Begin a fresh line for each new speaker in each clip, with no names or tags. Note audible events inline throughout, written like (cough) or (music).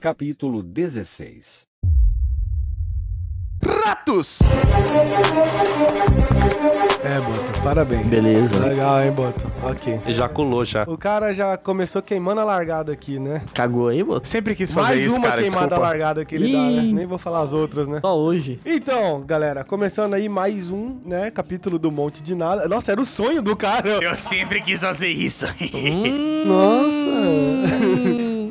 Capítulo 16
Ratos!
É, Boto, parabéns.
Beleza.
Legal, hein, Boto? Ok.
Ejaculou já.
O cara já começou queimando a largada aqui, né?
Cagou aí, Boto?
Sempre quis fazer
Mais
isso,
uma
cara,
queimada
desculpa.
largada que ele dá, né?
Ih.
Nem vou falar as outras, né?
Só hoje.
Então, galera, começando aí mais um, né, capítulo do Monte de Nada. Nossa, era o sonho do cara.
Eu sempre quis fazer isso.
Nossa.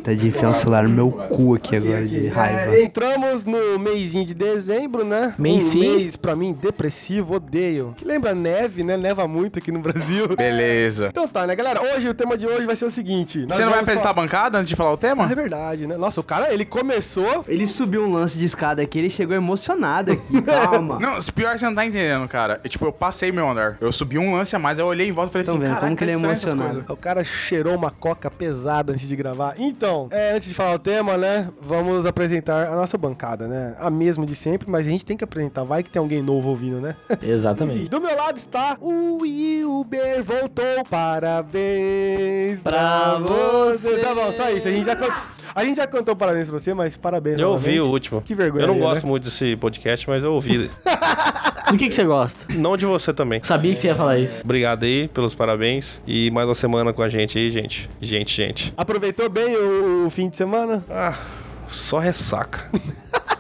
Tá de enfiar o celular no meu cu aqui agora, de
(laughs)
raiva.
Entramos no mêsinho de dezembro, né?
Mês
um
sim.
mês, pra mim, depressivo, odeio. Que lembra neve, né? Neva muito aqui no Brasil.
(laughs) Beleza.
Então tá, né, galera? Hoje, o tema de hoje vai ser o seguinte. nós
Você não vai
vamos
apresentar a
falar-
bancada antes de falar o tema?
Ah, é verdade, né? Nossa, o cara, ele começou...
Ele subiu um lance de escada aqui, ele chegou emocionado aqui. (laughs) Calma.
Não, se pior que você não tá entendendo, cara. Eu, tipo, eu passei meu andar. Eu subi um lance a mais, eu olhei em volta e falei
Tão
assim,
vendo
cara,
como que ele é emocionado.
O cara cheirou uma coca pesada antes de gravar. Então, é, antes de falar o tema, né? Vamos apresentar a nossa bancada, né? A mesma de sempre, mas a gente tem que apresentar. Vai que tem alguém novo ouvindo, né?
Exatamente.
Do meu lado está o Wilber voltou. Parabéns
Pra você.
Tá bom, só isso. A gente já, can- a gente já cantou parabéns pra você, mas parabéns.
Eu ouvi o
novamente.
último.
Que vergonha.
Eu não
né?
gosto muito desse podcast, mas
(laughs)
eu ouvi.
Do que, que você gosta?
não de você também.
Sabia que você ia falar isso.
Obrigado aí pelos parabéns. E mais uma semana com a gente aí, gente. Gente, gente.
Aproveitou bem o, o fim de semana?
Ah, só
(laughs)
ressaca.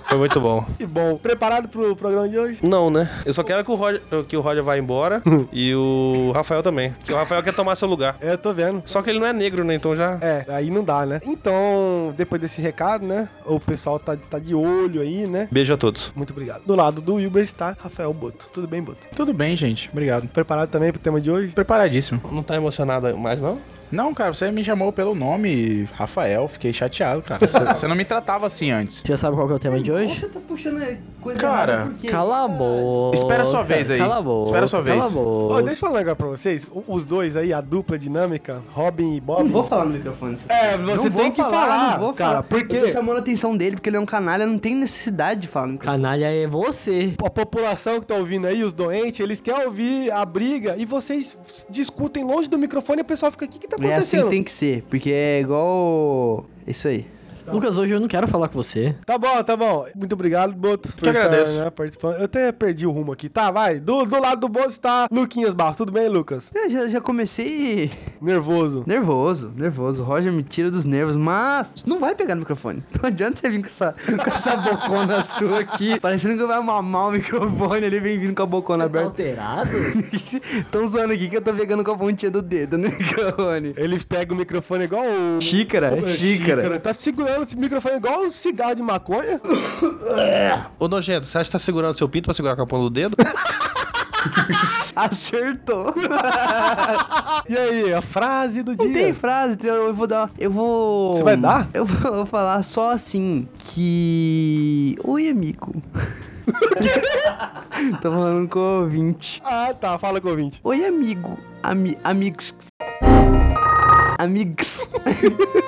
Foi muito bom.
Que bom. Preparado pro programa de hoje?
Não, né? Eu só quero que o Roger, que o Roger vá embora
(laughs)
e o Rafael também. Porque o Rafael quer tomar seu lugar.
É, eu tô vendo.
Só que ele não é negro, né? Então já.
É, aí não dá, né? Então, depois desse recado, né? O pessoal tá, tá de olho aí, né?
Beijo a todos.
Muito obrigado. Do lado do Wilber está Rafael Boto. Tudo bem, Boto?
Tudo bem, gente. Obrigado.
Preparado também pro tema de hoje?
Preparadíssimo.
Não tá emocionado mais, não?
Não, cara, você me chamou pelo nome, Rafael. Fiquei chateado, cara. Você- Você não me tratava assim antes.
Você já sabe qual que é o tema de hoje?
tá puxando coisa
Cara, errada, por
Ah,
Cala a boca.
Espera a sua vez aí.
Cala a boca.
Espera a sua vez.
Cala a boca.
Ó, deixa eu falar um negócio pra vocês. O- Os dois aí, a dupla dinâmica, Robin e Bob.
Não vou falar no microfone.
É, você
Não
tem
vou
que falar,
não vou
cara,
falar.
porque
Eu tô chamando a atenção dele, porque ele é um canalha, não tem necessidade de falar no microfone.
Canalha é você.
a população que tá ouvindo aí, os doentes, eles querem ouvir a briga e vocês discutem longe do microfone e o pessoal fica, o que que tá
É assim
acontecendo?
que tem que ser, porque é igual. Isso aí.
Lucas, hoje eu não quero falar com você.
Tá bom, tá bom. Muito obrigado, Boto. por estar,
agradeço.
né, participando. Eu até perdi o rumo aqui. Tá, vai. Do, do lado do Boto está Luquinhas Barros. Tudo bem, Lucas?
Eu já, já comecei
Nervoso.
nervoso, nervoso. O Roger me tira dos nervos, mas não vai pegar no microfone. (laughs) Não adianta você vir com essa, (laughs) com essa bocona sua aqui, parecendo que vai mamar o microfone. Ele vem vindo com a bocona
Tá
aberta.
alterado?
(laughs) Tão zoando aqui que eu tô pegando com a pontinha do dedo no (laughs) microfone.
Eles pegam o microfone igual o...
Xícara,
o-
é xícara.
Tá segurando esse microfone igual um cigarro de maconha.
Ô, Nojento, você acha que tá segurando seu pinto pra segurar com a ponta do dedo?
Acertou.
E aí, a frase do
Ah. Não tem
dia.
frase, então eu vou dar. Eu vou.
Você vai dar?
Eu vou, eu vou falar só assim que. Oi, amigo. (laughs) Tô falando com o ouvinte.
Ah, tá. Fala com o
(laughs)
ouvinte.
Oi, amigo. Ami, amigos. (laughs) Amigos.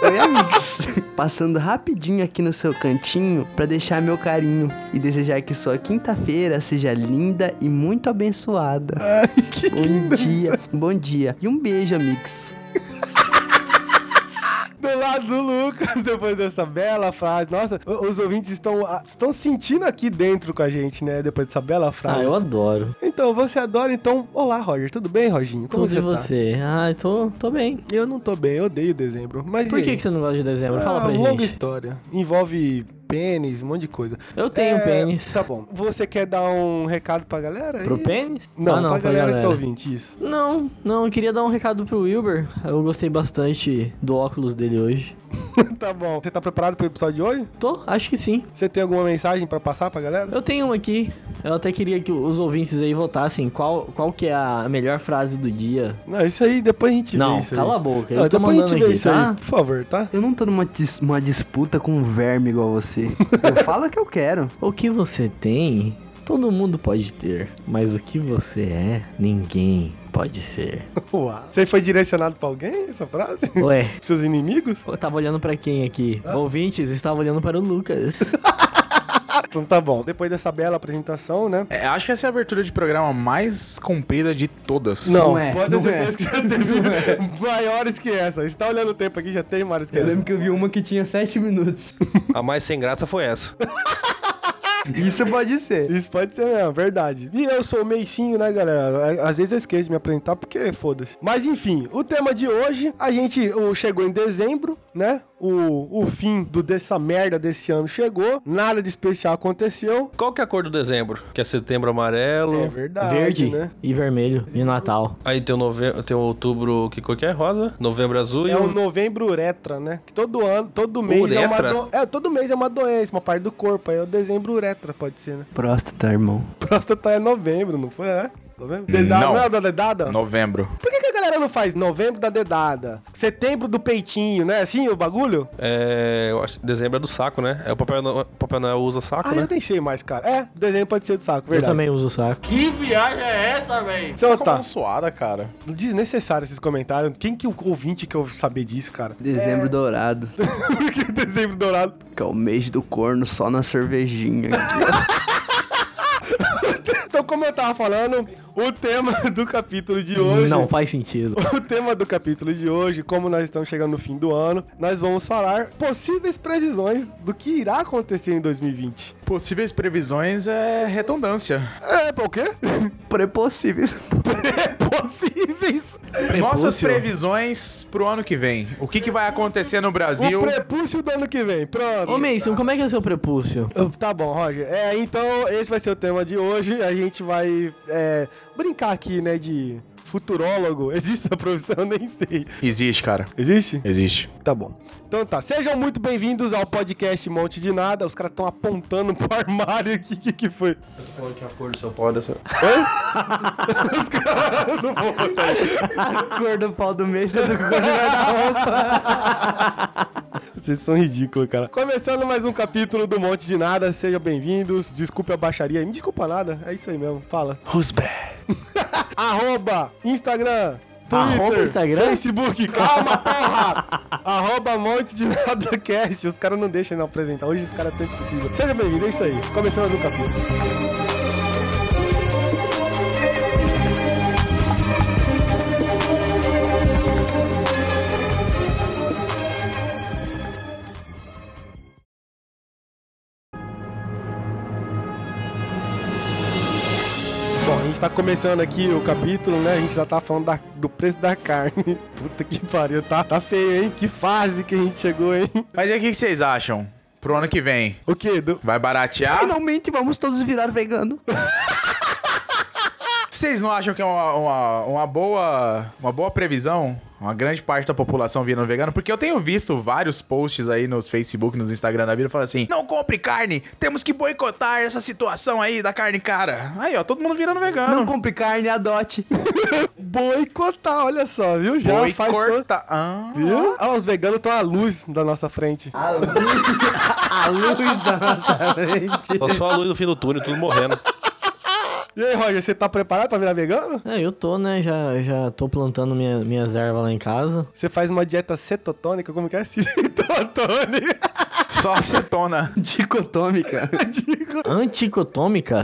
Oi, amigos. Passando rapidinho aqui no seu cantinho pra deixar meu carinho e desejar que sua quinta-feira seja linda e muito abençoada.
Ai, que
Bom
lindo.
dia, bom dia. E um beijo, amigos.
Do lado do Lucas, (laughs) depois dessa bela frase. Nossa, o- os ouvintes estão, ah, estão sentindo aqui dentro com a gente, né? Depois dessa bela frase.
Ah, eu adoro.
Então, você adora, então. Olá, Roger. Tudo bem, Roginho? Como
Tudo
você
de
tá?
você. Ah, eu tô, tô bem.
Eu não tô bem, eu odeio dezembro. Mas
Por
e
que,
aí?
que você não gosta de dezembro? Fala
Ah,
pra
longa
gente.
história. Envolve pênis, um monte de coisa.
Eu tenho
É,
pênis.
Tá bom. Você quer dar um recado pra galera? aí?
Pro pênis?
Não,
Ah,
pra, galera, que tá ouvindo, isso. (laughs)
Não, não, eu queria dar um recado pro Wilber. Eu gostei bastante do óculos dele hoje.
tá bom. Você tá preparado pro episódio de hoje?
Tô? Acho que sim.
Você tem alguma mensagem pra passar pra galera?
Eu tenho uma aqui. Eu até queria que os ouvintes aí votassem qual, qual que é a melhor frase do dia.
Não, isso aí depois a gente vê
Não,
isso
cala
aí.
a boca.
Não,
eu tô
depois a
mandando
gente
aqui,
vê isso
tá?
aí, por favor,
(laughs)
tá?
Eu não tô numa, dis- numa disputa com um verme igual você. Eu (laughs) falo o que eu quero.
O que você tem, todo mundo pode ter. Mas o que você é, ninguém pode ser.
Uau. Você foi direcionado pra alguém, essa frase? (laughs)
Ué,
Seus inimigos? Ah.
eu tava olhando pra quem aqui? Ouvintes, eu estava olhando para o Lucas.
Então tá bom. Depois dessa bela apresentação, né?
É, acho que essa é a abertura de programa mais comprida de todas.
Não,
é,
pode ter
não
certeza
é.
que já
(laughs)
teve maiores que essa. Você tá olhando o tempo aqui, já tem maiores que
Eu
essa.
lembro que eu vi uma que tinha 7 minutos.
(laughs) A mais sem graça foi essa.
Isso pode ser.
Isso pode ser mesmo, verdade. E eu sou o meicinho, né, galera? Às vezes eu esqueço de me apresentar porque foda-se. Mas enfim, o tema de hoje, a gente o- chegou em dezembro, né? O, o fim do, dessa merda desse ano chegou. Nada de especial aconteceu.
Qual que é a cor do dezembro? Que é setembro amarelo.
É verdade,
Verde
né?
e vermelho. E Natal.
Aí tem o, nove... tem o outubro, que cor que é? Rosa? Novembro azul e
É o novembro uretra, né? Que todo ano, todo mês é uma
Uretra?
do... é, todo mês é uma doença, uma parte do corpo. Aí é o dezembro uretra, pode ser, né?
Próstata, irmão.
Próstata é novembro, não foi, né? Novembro? Dedada, não.
Não.
é da dedada?
Novembro.
Por que, que a galera não faz novembro da dedada? Setembro do peitinho, né? Assim o bagulho?
É, eu acho que dezembro é do saco, né? É o Papai Noel, o Papai Noel usa saco,
Ah,
né?
eu nem sei mais, cara. É, dezembro pode ser do saco,
Eu
verdade.
também uso o saco.
Então tá,
suada, cara.
desnecessário esses comentários. Quem que o ouvinte que eu saber disso, cara? (laughs)
Dezembro dourado.
Porque dezembro dourado.
Que é o mês do corno só na cervejinha. (laughs)
Então, como eu tava falando, o tema do capítulo de hoje.
Não faz sentido.
O tema do capítulo de hoje, como nós estamos chegando no fim do ano, nós vamos falar possíveis previsões do que irá acontecer em 2020.
Possíveis previsões é redundância.
É, pô, o quê?
Prepossível.
possíveis.
Nossas
Prepúcio.
previsões pro ano que vem. O que, que vai acontecer no Brasil?
O prepúcio do ano que vem. Pronto.
Ô, Mason, como é que é o seu prepúcio?
Tá bom, Roger. É, então esse vai ser o tema de hoje. A gente vai é, brincar aqui, né, de futurólogo. (laughs) Existe essa profissão? Eu nem sei.
Existe, cara.
Existe?
Existe.
Tá bom. Então tá, sejam muito bem-vindos ao podcast Monte de Nada. Os caras estão apontando pro armário. O que, que que foi?
Falando que a cor do seu pau é dessa-
(laughs) Os caras não vão botar isso.
A cor do pau do mês é do corno.
Vocês são ridículos, cara. Começando mais um capítulo do Monte de Nada. Sejam bem-vindos. Desculpe a baixaria. Me desculpa nada. É isso aí mesmo. Fala.
Who's back?
(laughs) Arroba Instagram. Twitter,
Arroba Instagram?
Facebook, calma, porra! Arroba monte de nada cast. Os caras não deixam não apresentar. Hoje os caras têm que possível. Seja bem-vindo, é isso aí. Começando mais um capítulo. Bom, a gente tá começando aqui o capítulo, né? A gente já tá falando da- do preço da carne. (laughs) Puta que pariu, tá, tá feio, hein? Que fase que a gente chegou, hein?
Mas e aí, o que, que vocês acham? Pro ano que vem.
O quê? Do...
Vai baratear?
Finalmente vamos todos virar vegano.
Vocês não acham que é uma, uma, uma boa, uma boa previsão? Uma grande parte da população virando vegano? Porque eu tenho visto vários posts aí nos Facebook, nos Instagram da vida, falando assim: não compre carne, temos que boicotar essa situação aí da carne cara. Aí, ó, todo mundo virando vegano.
Não compre carne, adote.
Boicotar, olha só, viu? Já faz todo...
Boicotar. Ah.
Viu? Ah, os veganos estão à luz da nossa frente.
A luz, a luz da nossa frente.
Tô só a luz do fim do túnel, tudo morrendo.
E aí, Roger, você tá preparado pra virar vegano?
É, eu tô, né? Já, já tô plantando minha, minhas ervas lá em casa.
Você faz uma dieta cetotônica, como que é? (laughs) Cetotônica.
Só (laughs) acetona
(laughs) Dicotômica.
Anticotômica?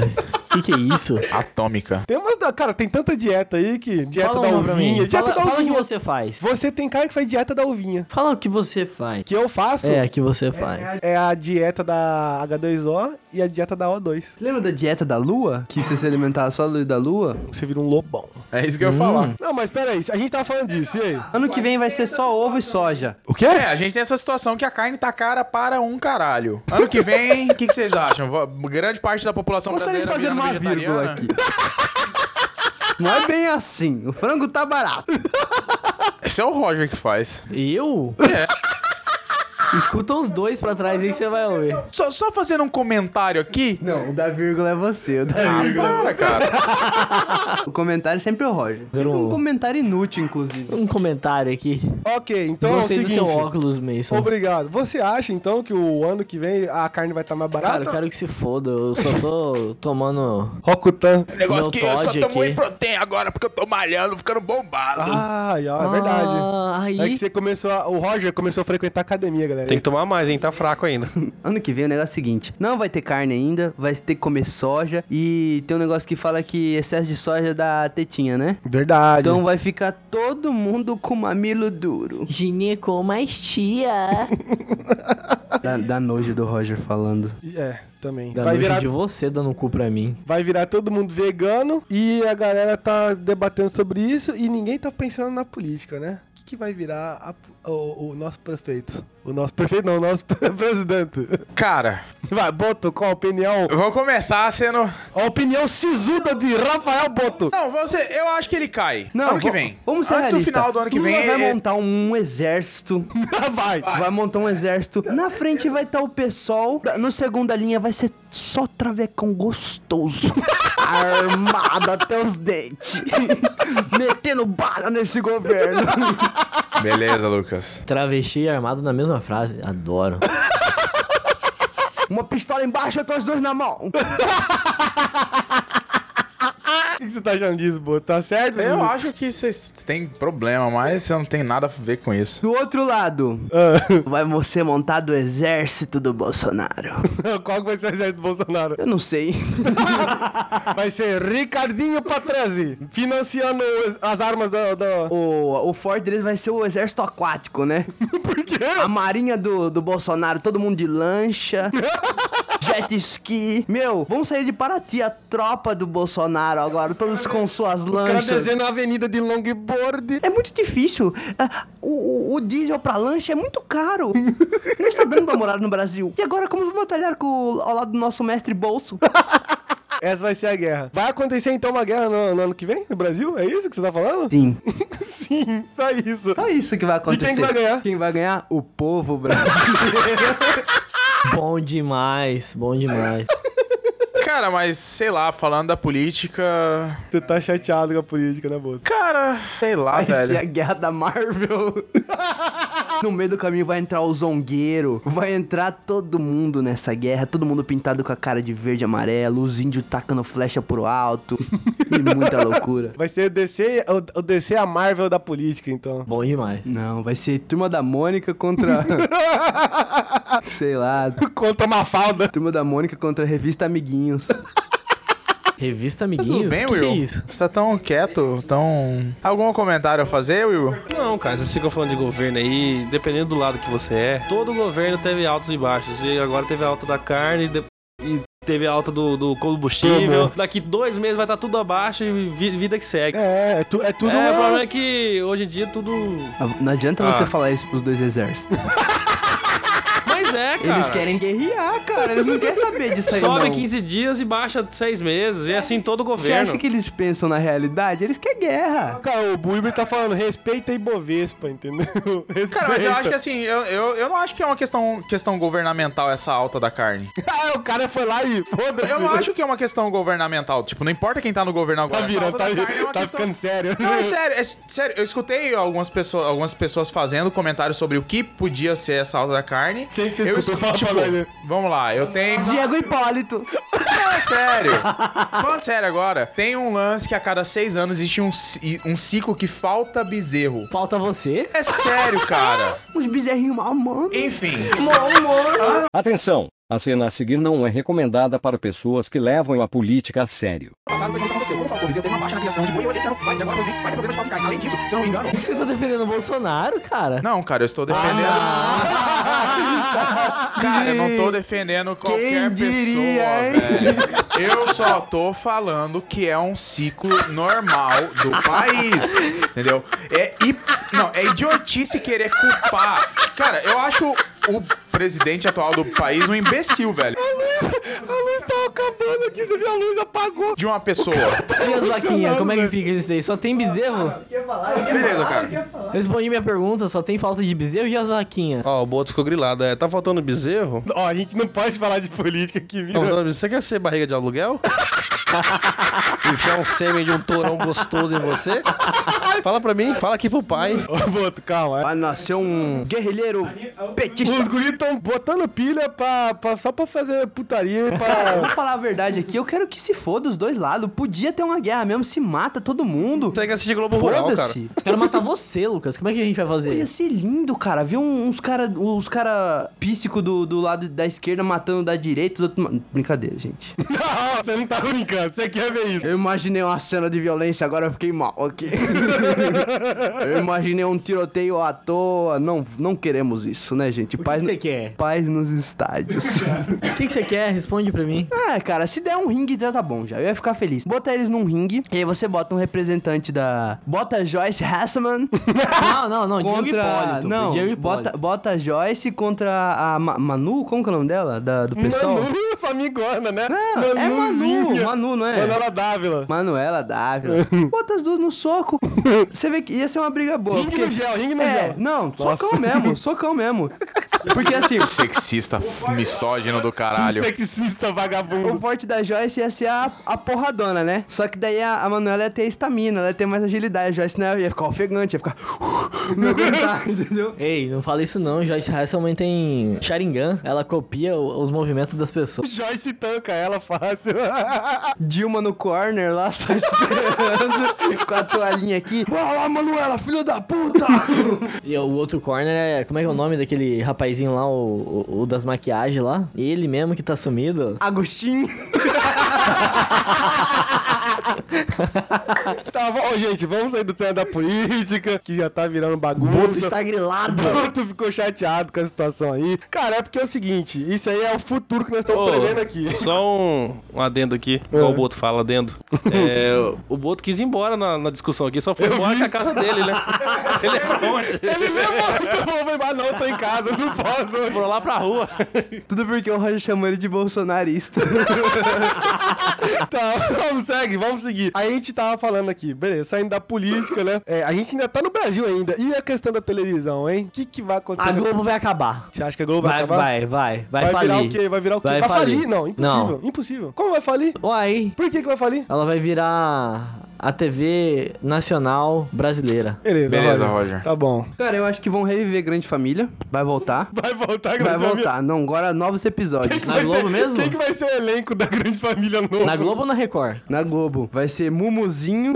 que que é isso?
atômica.
Tem umas... da- Cara, tem tanta dieta aí que... (laughs) Dieta da
uma um pra mim.
uvinha. Dieta
Fala,
da
fala o que
uvinha.
você faz.
Você tem cara que faz dieta da uvinha.
Fala o que você faz.
Que eu faço...
É, a que você faz.
É a dieta da H2O e a dieta da O2.
Você lembra da dieta da lua? Que se você alimentar só a luz da lua?
Você vira um lobão.
É isso que eu ia
Hum.
falar.
Não, mas pera aí, a gente tava falando disso, e aí?
Ano que vem vai ser só ovo e soja.
O quê?
É, a gente tem essa situação que a carne tá cara para um caralho. Ano que vem, o que, que vocês acham? Vo- Grande parte da população
Gostaria de
brasileira
fazer
virando
uma vírgula
vegetariana?
aqui. Não é bem assim. O frango tá barato.
Esse é o Roger que faz.
Eu? Escuta uns dois pra trás aí que você vai ouvir.
Só, só fazendo um comentário aqui.
Não, o da vírgula é você. O, da
Ah, para,
(laughs)
cara.
vírgula- o comentário sempre é o Roger. Sempre
Zero.
um comentário inútil, inclusive.
Um comentário aqui.
Ó, Ok, então é o
Gostei do seu
seguinte.
óculos, Mason.
Obrigado. Você acha, então, que o ano que vem a carne vai estar mais
Cara, eu
barata?
quero que se foda. Eu só tô tomando.
Rokutan.
Negócio
Meu
que eu só
Todd
tomo
aqui.
whey protein agora, porque eu tô malhando, ficando bombado.
Ah, é verdade.
Ah, aí.
É que você começou a, O Roger começou a frequentar a academia, galera.
Tem que tomar mais, hein? Tá fraco ainda.
Ano que vem o negócio é o seguinte: não vai ter carne ainda, vai ter que comer soja. E tem um negócio que fala que excesso de soja dá tetinha, né?
Verdade.
Então vai ficar todo mundo com
(laughs)
mamilo duro.
Ginecomastia.
Dá, dá nojo do Roger falando.
É, também.
Da
Vai
noite
virar,
de você dando um cu pra mim.
vai virar todo mundo vegano e a galera tá debatendo sobre isso e ninguém tá pensando na política, né? O que, que vai virar a po- o, o nosso prefeito? O nosso prefeito não, o nosso (laughs) presidente.
Cara,
Vai, Boto, qual a opinião?
eu vou começar sendo.
A opinião sisuda de Rafael Boto.
Não, você, eu acho que ele cai. ano que
va-
vem.
Vamos ser
Antes do
realistas.
final do ano que
Lula
vem. Ah,
vai
é-
montar um
(laughs)
exército.
vai.
Vai montar um exército. Na frente vai estar o pessoal. Da- No segunda linha vai ser só travecão
(laughs)
gostoso. Armado até os dentes. Metendo bala nesse governo.
Beleza, Lucas.
Travesti e armado na mesma frase. Adoro.
Uma pistola embaixo e os dois na mão.
O que, que você tá achando disso, Boto? Tá certo?
Eu acho que vocês têm problema, mas eu não tenho nada a ver com isso.
Do outro lado,
(laughs) Ah.
vai você montar do exército do Bolsonaro.
(laughs) Qual que vai ser o exército do Bolsonaro?
Eu não sei.
Vai ser Ricardinho Patrese, financiando os- as armas do... do...
O, o forte deles vai ser o exército aquático, né?
(laughs) Por quê?
A marinha do, do Bolsonaro, todo mundo de lancha.
(laughs)
Jet ski. Meu, vamos sair de Paraty, a tropa do Bolsonaro agora, todos com suas
Os caras
lanchas.
desenham a avenida de longboard.
É muito difícil. Ah, O, o, o diesel pra lancha é muito (laughs) caro. Não está dando pra morar no Brasil. E agora, como batalhar com, ao lado do nosso mestre Bolso?
Essa vai ser a guerra. Vai acontecer então uma guerra no, no ano que vem no Brasil? É isso que você tá falando?
Sim.
(laughs) Sim, só isso.
Só É isso que vai acontecer.
quem que vai ganhar?
Quem vai ganhar? O povo brasileiro.
bom demais, bom demais.
Cara, mas sei lá, falando da política.
Você tá chateado com a política, né, Boto?
Cara, sei lá,
Vai
Ah, velho.
ser a guerra da Marvel. (laughs) No meio do caminho vai entrar o zongueiro, vai entrar todo mundo nessa guerra, todo mundo pintado com a cara de verde e amarelo, os índios tacando flecha pro alto e muita loucura.
Vai ser o DC, o, o DC a Marvel da política, então. (laughs)
Bom demais.
Não, vai ser Turma da Mônica contra. (laughs) Sei lá.
Conta uma falda.
Turma da Mônica contra a revista Amiguinhos.
Revista
Tá Tudo
Amiguinhos?
bem,
que que
Will?
é isso?
Você tá tão quieto, tão. Algum comentário a fazer, Will?
Não, cara, vocês ficam falando de governo aí, dependendo do lado que você é, todo governo teve altos e baixos. E agora teve a alta da carne de- e teve a alta do, do combustível. Daqui dois meses vai estar tudo abaixo e vi- vida que segue. É,
É, é, tu- é tudo
o
uma...
problema é que hoje em dia tudo.
(laughs) Não adianta você
Ah.
falar isso pros dois exércitos.
Mas é, cara.
Eles querem guerrear, cara. Eles não querem saber disso aí.
Sobe
não.
15 dias e baixa 6 meses. E assim todo
Você
governo.
acha que eles pensam na realidade? Eles querem guerra.
Cara, o Buiber tá falando, respeita a Ibovespa, entendeu?
(laughs)
Respeita.
Cara, mas eu acho que assim, eu, eu, eu não acho que é uma questão, questão governamental essa alta da carne.
Ah, o cara foi lá e foda-se.
é- Eu (laughs) não acho que é uma questão governamental. Tipo, não importa quem tá no governo agora.
Tá
essa
virando,
alta
tá,
da carne é uma
tá
questão-
ficando sério.
Não, é sério, é sério. Eu escutei algumas pessoas, algumas pessoas fazendo comentários sobre o que podia ser essa alta da carne.
Quem que você
Eu
escutou?
escu-
Fala pra
tipo,
nós, né?
Vamos lá, eu tenho.
Diego Hipólito.
Não, é sério. Falando sério agora, tem um lance que a cada seis anos existe um, ci- um ciclo que falta bezerro.
Falta você?
É sério, cara.
Uns bezerrinhos mal, mano.
Enfim.
Atenção! A cena a seguir não é recomendada para pessoas que levam a política a sério.
Passado foi isso aconteceu. Como faltou bezerro, teve uma baixa na criação de boi e oitenta Vai ter agora vai ter problema de falta de carne. Além disso, se eu não me engano.
Você tá defendendo o Bolsonaro, cara?
Não, cara, eu estou defendendo.
Ah!
cara, eu não tô defendendo qualquer
diria,
pessoa, velho. Eu só tô falando que é um ciclo normal do país. Entendeu? É, i- não, é idiotice querer culpar. Cara, eu acho o presidente atual do país um imbecil, velho.
(laughs) A luz tá acabando aqui, você viu? A luz apagou.
De uma pessoa.
E as vaquinhas,
Bolsonaro,
como é que
velho.
fica isso daí? Só tem bezerro?
Beleza, cara.
Respondi minha pergunta, só tem falta de bezerro e as vaquinhas.
Ó, o Boto ficou grilado. É, tá faltando bezerro?
Ó, a gente não pode falar de política aqui,
Não,
viu?
tá- você quer ser barriga de aluguel? (laughs) Enfiar um sêmen de um tourão gostoso em você? Fala pra mim, fala aqui pro pai.
Ô, Boto, calma.
Vai nascer um guerrilheiro petista.
Os guris estão botando pilha pra, pra- só pra fazer putaria e pra.
(laughs) Vou falar a verdade aqui, eu quero que se foda os dois lados. Podia ter uma guerra mesmo, se mata todo mundo.
Você quer assistir Globo Rural, cara?
Foda-se.
Quero matar você, Lucas. Como é que a gente vai fazer
Ia
isso?
ser lindo, cara. Ver um- uns cara, os cara píssico do, do lado da esquerda matando da direita, os outros... ma- Brincadeira, gente.
Não, você não tá brincando, você quer ver isso.
Eu imaginei uma cena de violência, agora eu fiquei mal aqui. eu imaginei um tiroteio à toa. Não, não queremos isso, né, gente?
O que
Paz,
você quer?
paz nos
(laughs)
estádios.
O que que você quer? Responde pra mim.
Ah, cara, se der um ringue já tá bom já. Eu ia ficar feliz. Bota eles num ringue e aí você bota um representante da. Bota Joyce Hasselman
Não, não, não. Diego
(laughs) contra.
Hipólito.
Não,
Diego Hipólito.
bota, bota Joyce contra a Ma- Manu, como que é o nome dela? Da, do pessoal?
Manu, sua amigona, né?
Não, é Manu,
Manuzinha.
Manu, não é?
Manuela Dávila.
Manuela
(laughs)
Dávila. Bota as duas no soco. Você vê que ia ser uma briga boa.
Ringue
porque-
no gel, ringue no
é,
gel.
Não, socão
Nossa. (laughs)
mesmo, socão mesmo. Porque assim,
Sexista, misógino do caralho.
Sexista
o
vagabundo.
forte da Joyce ia ser a, a porradona, né? Só que daí a, a Manuela ia ter estamina, ela ia ter mais agilidade. A Joyce né, ia ficar ofegante, ia ficar. (laughs) Não ia aguentar, (laughs) entendeu?
Ei, não fala isso não. Joyce é Hasselman tem Sharingan. Ela copia o- os movimentos das pessoas.
Joyce tanca ela fácil. (laughs)
Dilma no corner lá, só (laughs) esperando, com a toalhinha aqui. Olha lá, Manuela, filho da
(laughs)
puta!
(laughs) E o outro corner é. Como é que é o nome daquele rapazinho lá, o, o- o das maquiagens lá? Ele mesmo que tá sumido.
Agostinho.
tá bom, Ô, gente, vamos sair do tema da política, que já tá virando
Boto
bagunça.
está grilado.
Boto ficou chateado com a situação aí. Cara, é porque é o seguinte, isso aí é o futuro que nós estamos
Ô,
prevendo aqui.
Só um, um adendo aqui, igual o Boto fala, (laughs) adendo. É, o Boto quis ir embora na, na discussão aqui, só foi embora com a casa dele, (laughs) né? Ele é pra onde?
(laughs) Ele levantou, foi, mas não, tô em casa, não posso. não."
(laughs) Foi lá pra rua.
Tudo porque o Roger chamou ele de bolsonarista. (laughs)
Tá, vamos segue, vamos seguir. A gente tava falando aqui, beleza, saindo da política, né? É, a gente ainda tá no Brasil ainda. E a questão da televisão, hein? O que, que vai acontecer?
A Globo vai acabar.
Você acha que a Globo vai,
Vai,
acabar?
vai, vai. Vai,
Vai virar
falir.
o quê? Vai virar o quê? Vai, falir. Não, impossível. Impossível. Como vai falir?
Não. Uai,
Por que, que vai falir?
ela vai virar a TV nacional brasileira.
Beleza,
Beleza, Roger.
Tá bom.
Cara, eu acho que vão reviver Grande Família. Vai voltar.
Vai voltar a
Vai
Grande Família?
voltar. Não, agora novos episódios.
Na Globo mesmo?
Quem que vai ser o elenco da Grande Família novo?
Na Globo ou na Record?
Na Globo. Vai
(laughs)
ser Mumuzinho.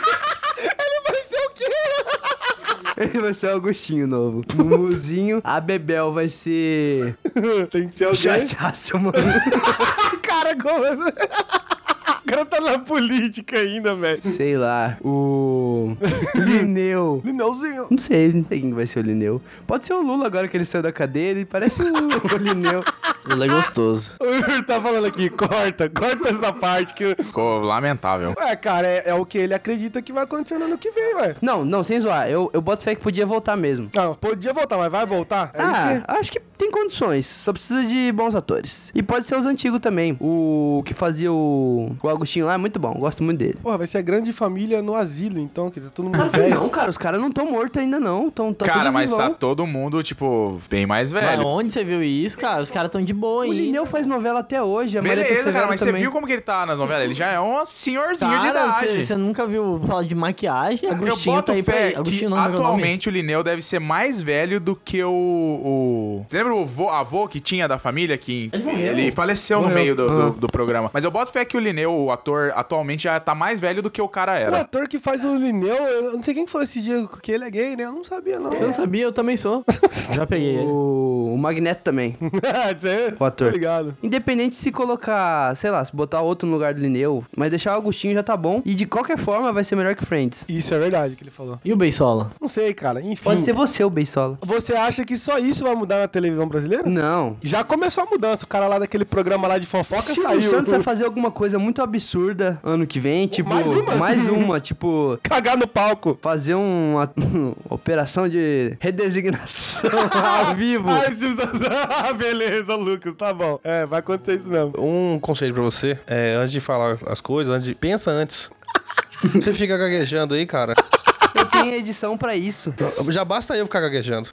Vai ser o quê?
(laughs) Ele vai ser o Agostinho novo. Mumuzinho. A Bebel vai ser.
(laughs) Tem que ser o
Joyce
quê?
Hasselman.
(laughs) Cara, como... é? (laughs) O cara tá na política ainda, velho.
Sei lá. O. Lineu.
Lineuzinho.
Não sei, não sei quem vai ser o Lineu. Pode ser o Lula agora que ele saiu da cadeira. Ele parece o, o Lineu.
Ela é gostoso.
O Yuri (laughs) tá falando aqui, corta, corta essa parte que...
Ficou lamentável.
Tá
Ué, cara, é, é o que ele acredita que vai acontecer no ano que vem, ué.
Não, não, sem zoar. Eu, eu boto fé que podia voltar mesmo.
Não, podia voltar, mas vai voltar? É isso
Ah,
que...
acho que tem condições. Só precisa de bons atores. E pode ser os antigos também. O que fazia o, o Agostinho lá é muito bom. Gosto muito dele.
Porra, vai ser a grande família no asilo, então, que tá todo mundo velho.
Não, cara, os caras não estão mortos ainda, não. Tão, tá
Cara,
tudo
mas tá
vivão.
todo mundo, tipo, bem mais
Mas
velho.
onde você viu isso, cara? Os caras tão de boa,
O
hein?
Lineu faz novela até hoje. A Maria
Beleza,
Severo
cara, mas
também.
você viu como que ele tá nas novelas? Ele já é um senhorzinho de
Cara,
idade.
você você nunca viu falar de maquiagem?
Eu
Agostinho
boto
tá aí
fé
pra...
que
Agostinho não, como é que é o nome?
atualmente o Lineu deve ser mais velho do que o... o... Você lembra o avô, avô que tinha da família? que Ele faleceu no meio do,
Ah.
do- do programa. Mas eu boto fé que o Lineu, o ator, atualmente já tá mais velho do que o cara
O
era.
Um ator que faz o Lineu, eu não sei quem que falou esse dia que ele é gay, né? Eu não sabia, não.
Eu não sabia, eu
(laughs)
também sou. Já
é
peguei ele.
O, o Magneto também.
o (laughs)
O ator.
Obrigado.
Independente se colocar, sei lá, se botar outro no lugar do Lineu, mas deixar o Agostinho já tá bom. E de qualquer forma vai ser melhor que Friends.
Isso é verdade que ele falou.
E o Beisola?
Não sei, cara. Enfim.
Pode ser você, o Beisola.
Você acha que só isso vai mudar na televisão brasileira?
Não.
Já começou a mudança. O cara lá daquele programa lá de fofoca
Silvio
saiu.
Santos é vai fazer alguma coisa muito absurda ano que vem, tipo...
Mais uma?
mais uma, tipo...
(laughs) Cagar no palco. (laughs)
Fazer uma (laughs) operação de redesignação (laughs) ao vivo.
Ai, Silvio Santos. (laughs) Ah, beleza, Lucas, tá bom. É, vai acontecer isso mesmo.
Um conselho pra você, é, antes de falar as coisas, antes de-
(laughs)
pensa antes. Você fica gaguejando aí, cara.
Eu tenho edição pra isso.
Já basta eu ficar gaguejando.
(laughs)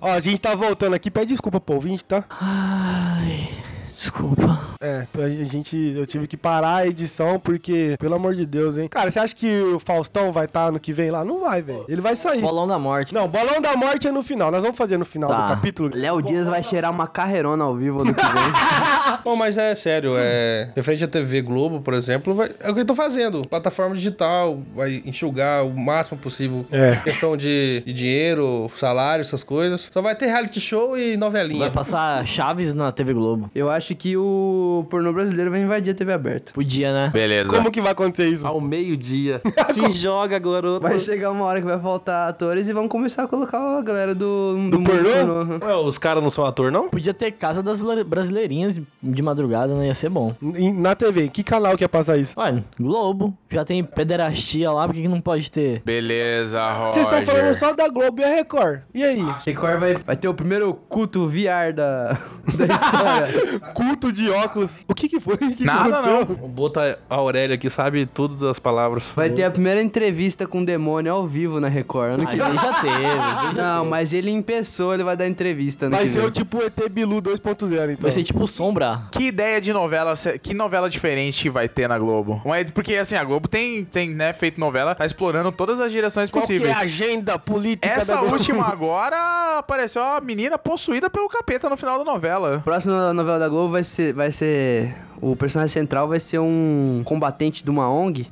Ó, Ó, a gente tá voltando aqui, pede desculpa pro ouvinte, tá?
Ai, desculpa.
É, a gente, eu tive que parar a edição porque, pelo amor de Deus, hein? Cara, você acha que o Faustão vai estar ano que vem lá? Não vai, velho. Ele vai sair.
Bolão da morte.
Não, Bolão da Morte é no final. Nós vamos fazer no final
Tá.
do capítulo.
Léo Dias vai cheirar uma carreirona ao vivo ano que
(laughs)
vem.
Bom, mas é sério, é. Referente à TV Globo, por exemplo, vai- é o que eu tô fazendo. Plataforma digital, vai enxugar o máximo possível.
É.
Questão de, de dinheiro, salário, essas coisas. Só vai ter reality show e novelinha.
Vai passar Chaves na TV Globo.
Eu acho que o pornô brasileiro vai invadir a TV aberta.
Podia, né?
Beleza.
Como que vai acontecer
Ah,
isso?
Ao meio-dia. Se joga, garoto.
Vai chegar uma hora que vai faltar atores e vão começar a colocar a galera do... Do, mundo
pornô?
uhum.
aham.
Ué, os caras não são ator, não?
Podia ter Casa das Bla- Brasileirinhas de madrugada, né? Ia ser bom.
Em- Na TV, que canal que ia passar isso?
Olha, Globo. Já tem pederastia lá, por que, que não pode ter?
Beleza, Roger.
Vocês estão falando só da Globo e a Record. E aí?
Record vai... vai ter o primeiro culto VR da, (laughs) da história.
Culto de óculos. O que que foi? O que que
Nada,
aconteceu?
não.
O Bota Aurélia aqui sabe tudo das palavras.
Vai ter a primeira entrevista com o demônio ao vivo na Record. Ano que
Mas aí Ah, já teve. aí já
Não,
teve.
mas ele em pessoa, ele vai dar entrevista, né?
Vai ser o tipo ET Bilu 2.0, então.
Vai ser tipo sombra.
Que ideia de novela, cê- que novela diferente vai ter na Globo? Uma- Porque assim, a Globo tem, tem né, feito novela, tá explorando todas as direções
Qual que é
possíveis.
a agenda política da
Essa
Globo?
última
(laughs)
agora apareceu a menina possuída pelo capeta no final da novela.
Próxima novela da Globo vai ser, vai ser... O personagem central vai ser um combatente de uma
(laughs)
ONG.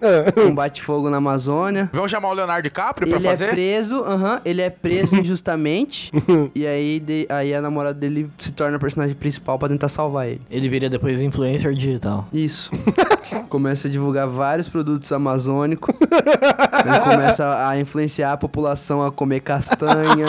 É.
combate fogo na Amazônia.
Vão chamar o Leonardo DiCaprio pra
Ele é
fazer?
preso, aham, ele
(laughs)
é preso injustamente. e aí, de- aí a namorada dele se torna a personagem principal pra tentar salvar ele.
Ele viria depois influencer digital.
(laughs)
Isso. começa a divulgar vários produtos amazônicos.
(laughs)
Ele começa a influenciar a população a comer castanha,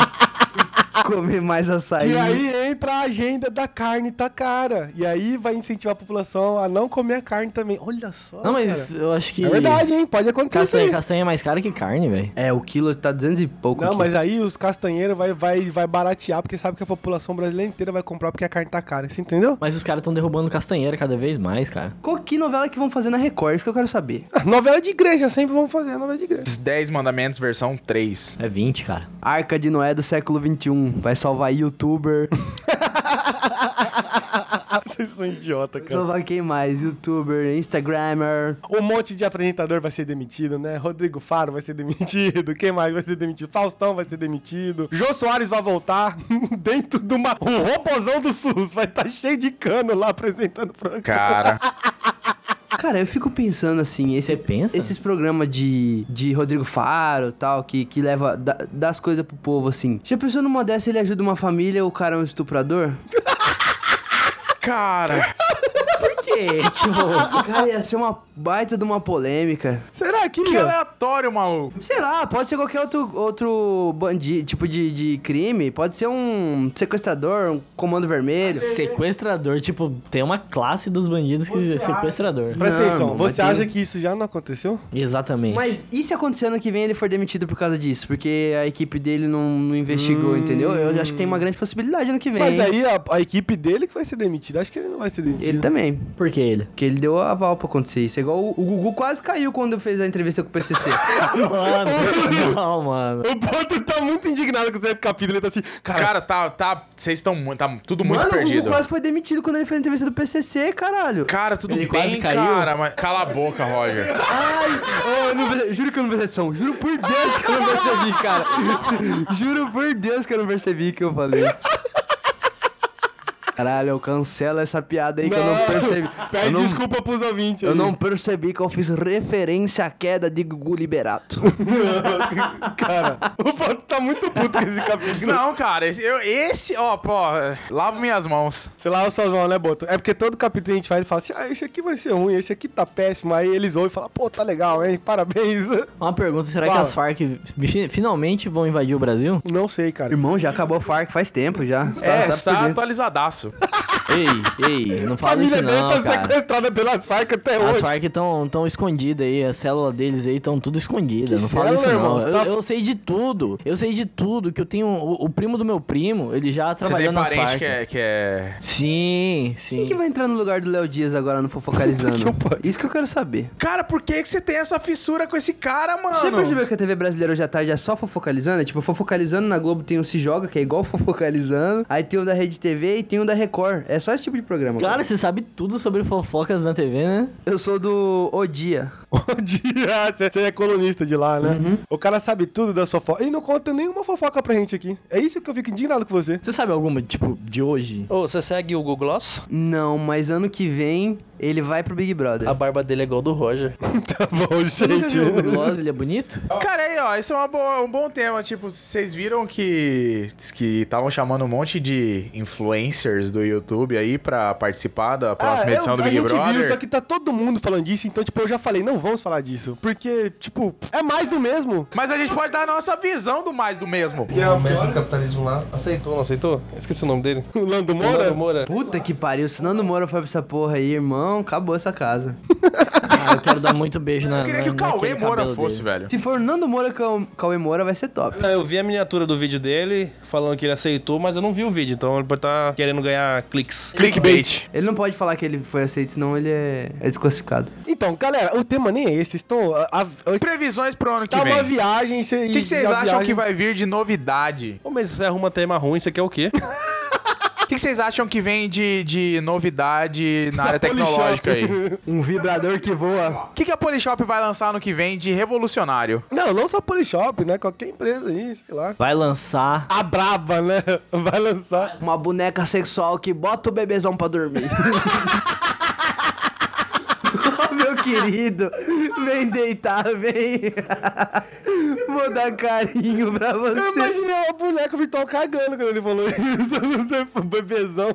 (laughs)
comer mais açaí.
E aí entra a agenda da carne tá cara. E aí vai incentivar a população a não comer a carne também. Olha só.
Não, mas
cara.
eu acho que.
É verdade, hein? Pode acontecer isso
Castanha,
aí.
castanha é mais cara que carne, velho.
É, o quilo tá 200 e pouco.
Não,
aqui.
mas aí os castanheiros vai, vai, vai baratear, porque sabe que a população brasileira inteira vai comprar porque a carne tá cara. Você entendeu? (laughs)
Mas os caras estão derrubando castanheira cada vez mais, cara.
Qual que novela que vão fazer na Record? Isso que eu
(laughs)
quero saber.
Ah, novela de igreja, sempre vamos fazer novela de igreja.
Os 10 mandamentos versão 3.
É 20, cara.
Arca de Noé do século XXI. Vai salvar youtuber.
(laughs) (laughs) Vocês são idiota, cara.
salvar quem mais? Youtuber, Instagrammer.
Um monte de apresentador vai ser demitido, né? Rodrigo Faro vai ser demitido. Quem mais vai ser demitido? Faustão vai ser demitido. Jô Soares vai voltar (laughs) dentro de uma. O robozão do SUS vai estar cheio de cano lá apresentando Franco.
Cara,
(laughs) Cara, eu fico pensando assim, esse,
Você pensa?
esses programas de, de Rodrigo Faro tal, que, que leva da- das coisas pro povo, assim. Já pensou numa dessa, ele ajuda uma família, o cara é um estuprador?
cara.
Por quê?
Tipo, (laughs) cara, ia ser uma baita de uma polêmica.
Será que.
Que aleatório, maluco.
Sei lá, pode ser qualquer outro, outro bandido, tipo de, de crime. Pode ser um sequestrador, um comando vermelho.
É Sequestrador, tipo, tem uma classe dos bandidos que é sequestrador.
Presta
Não,
atenção,
mas
você
tem-
acha que isso já não aconteceu?
Exatamente.
Mas e se acontecer ano que vem ele for demitido por causa disso? Porque a equipe dele não, não investigou, entendeu? Eu acho que tem uma grande possibilidade ano que vem.
Mas
hein?
aí a, a equipe dele que vai ser demitida. Acho que ele não vai ser demitido.
Ele também.
Por que ele?
Porque ele deu aval pra acontecer isso. É igual o, o Gugu quase caiu quando fez a entrevista com o PCC.
(laughs) Mano, não, mano.
O Boto tá muito indignado com esse capítulo. Ele tá assim, cara.
Cara, tá. tá vocês estão muito. Tá tudo (laughs) muito
Mano, o
perdido.
Gugu quase foi demitido quando ele fez a entrevista do PCC, caralho.
Cara, tudo bem,
Ele quase caiu.
cara, mas. Cala a boca,
(laughs)
Roger.
Ai, eu não perce- juro que eu não percebi. Juro por Deus que eu não percebi, cara.
(laughs)
Juro por Deus que eu não percebi o que eu falei. Caralho, eu cancelo essa piada aí é que eu não
Não,
percebi.
(laughs)
tá
Pede
eu não,
desculpa pros ouvintes.
eu
aí.
não percebi que eu fiz referência à queda de Gugu Liberato. (laughs)
Cara, o Boto tá muito puto com esse capítulo.
Não, cara, esse, eu- esse- ó, pô, lavo minhas mãos.
Sei lá, o suas mãos, né, Boto? É porque todo capítulo a gente faz e fala assim: ah, esse aqui vai ser ruim, esse aqui tá péssimo. Aí eles ouvem e falam: pô, tá legal, hein? Parabéns. (laughs)
Uma pergunta, será que
Fala.
as Farc fi- finalmente vão invadir o Brasil?
Não sei, cara.
Irmão, já acabou o Farc faz tempo já. Tá-
É,
tá
tá
fudido.
atualizadaço.
Ei, ei, não
A
fala
família
isso
dele
não,
tá
cara.
sequestrada pelas Farc até
As
hoje.
Farc estão tão escondidas aí, a célula deles aí estão tudo escondida.
Que
não fala isso
célula, irmão?
não.
Você
Eu,
tá-
eu sei de tudo. Eu sei de tudo. Que eu tenho. O, o primo do meu primo, ele já
Você
trabalhou
tem
nas
parente
Farc.
que é, que é.
Sim, sim.
Quem que vai entrar no lugar do Léo Dias agora no Fofocalizando?
Puta que pariu.
Isso que eu quero saber.
Cara, por que, que você tem essa fissura com esse cara,
Ah,
mano?
Você percebeu que a TV brasileira hoje à tarde é só fofocalizando? É tipo, fofocalizando na Globo tem o Se Joga, que é igual (laughs) fofocalizando. Aí tem o da Rede TV e tem o da Record. É só esse tipo de programa.
Cara, você sabe tudo sobre fofocas na TV, né?
Eu sou do O Dia.
(laughs) Bom dia, você você é colunista de lá, né? O cara sabe tudo da sua fofoca. E não conta nenhuma fofoca pra gente aqui. É isso que eu fico indignado com você. (laughs)
Você sabe alguma, tipo, de hoje?
Ô, você segue o Google Gloss?
Não, mas ano que vem ele vai pro Big Brother.
A barba dele é igual do Roger.
tá bom,
Você nunca
gente.
viu
(laughs)
o Hugo Gloss, ele é bonito?
Cara, aí, ó, esse é uma boa- um bom tema. Tipo, vocês viram que diz que estavam chamando um monte de influencers do YouTube aí pra participar da próxima
Ah,
edição
eu-
do
a
Big
gente
Brother?
Viu, só que tá todo mundo falando disso, então, tipo, eu já falei, não vamos falar disso. Porque, tipo, é mais do mesmo.
Mas a gente pode dar a nossa visão do mais do mesmo.
o mestre do capitalismo lá. Aceitou, não aceitou? Esqueci o nome
(laughs)
dele.
O Lando Moura?
Nando Moura.
Puta que pariu, se Nando Moura for pra essa porra aí, irmão, acabou essa casa.
Ah, eu quero dar muito beijo na.
Eu queria que o
é
Cauê Moura fosse, velho.
Se for Nando Moura, Cau- Cauê Moura vai ser top.
Ah, Eu vi a miniatura do vídeo dele, falando que ele aceitou, mas eu não vi o vídeo, então ele pode estar querendo ganhar cliques.
Clickbait.
Ele não pode falar que ele foi aceito, senão ele é, é desclassificado.
Então, galera, o tema nem é esse. Estão. A, a-
Previsões pro ano que
tá uma
vem.
viagem. cê-
O que que vocês
a
acham
viagem-
que vai vir de novidade?
Ô, mas você arruma tema ruim, você quer
(laughs)
o quê?
O que que vocês acham que vem de, de novidade na
(laughs)
área tecnológica aí? O
Um vibrador que voa.
que, que a Polishop vai lançar no que vem de revolucionário?
Não, não só Polishop, né? Qualquer empresa aí, sei lá.
Vai lançar.
A Braba, né? (laughs) Vai lançar.
Uma boneca sexual que bota o bebezão pra dormir. (laughs) oh, meu querido, vem deitar, vem. Vou dar carinho pra
Eu
você.
imaginei uma boneca virtual cagando quando ele falou (laughs) isso. Eu Não sei, foi um bebezão.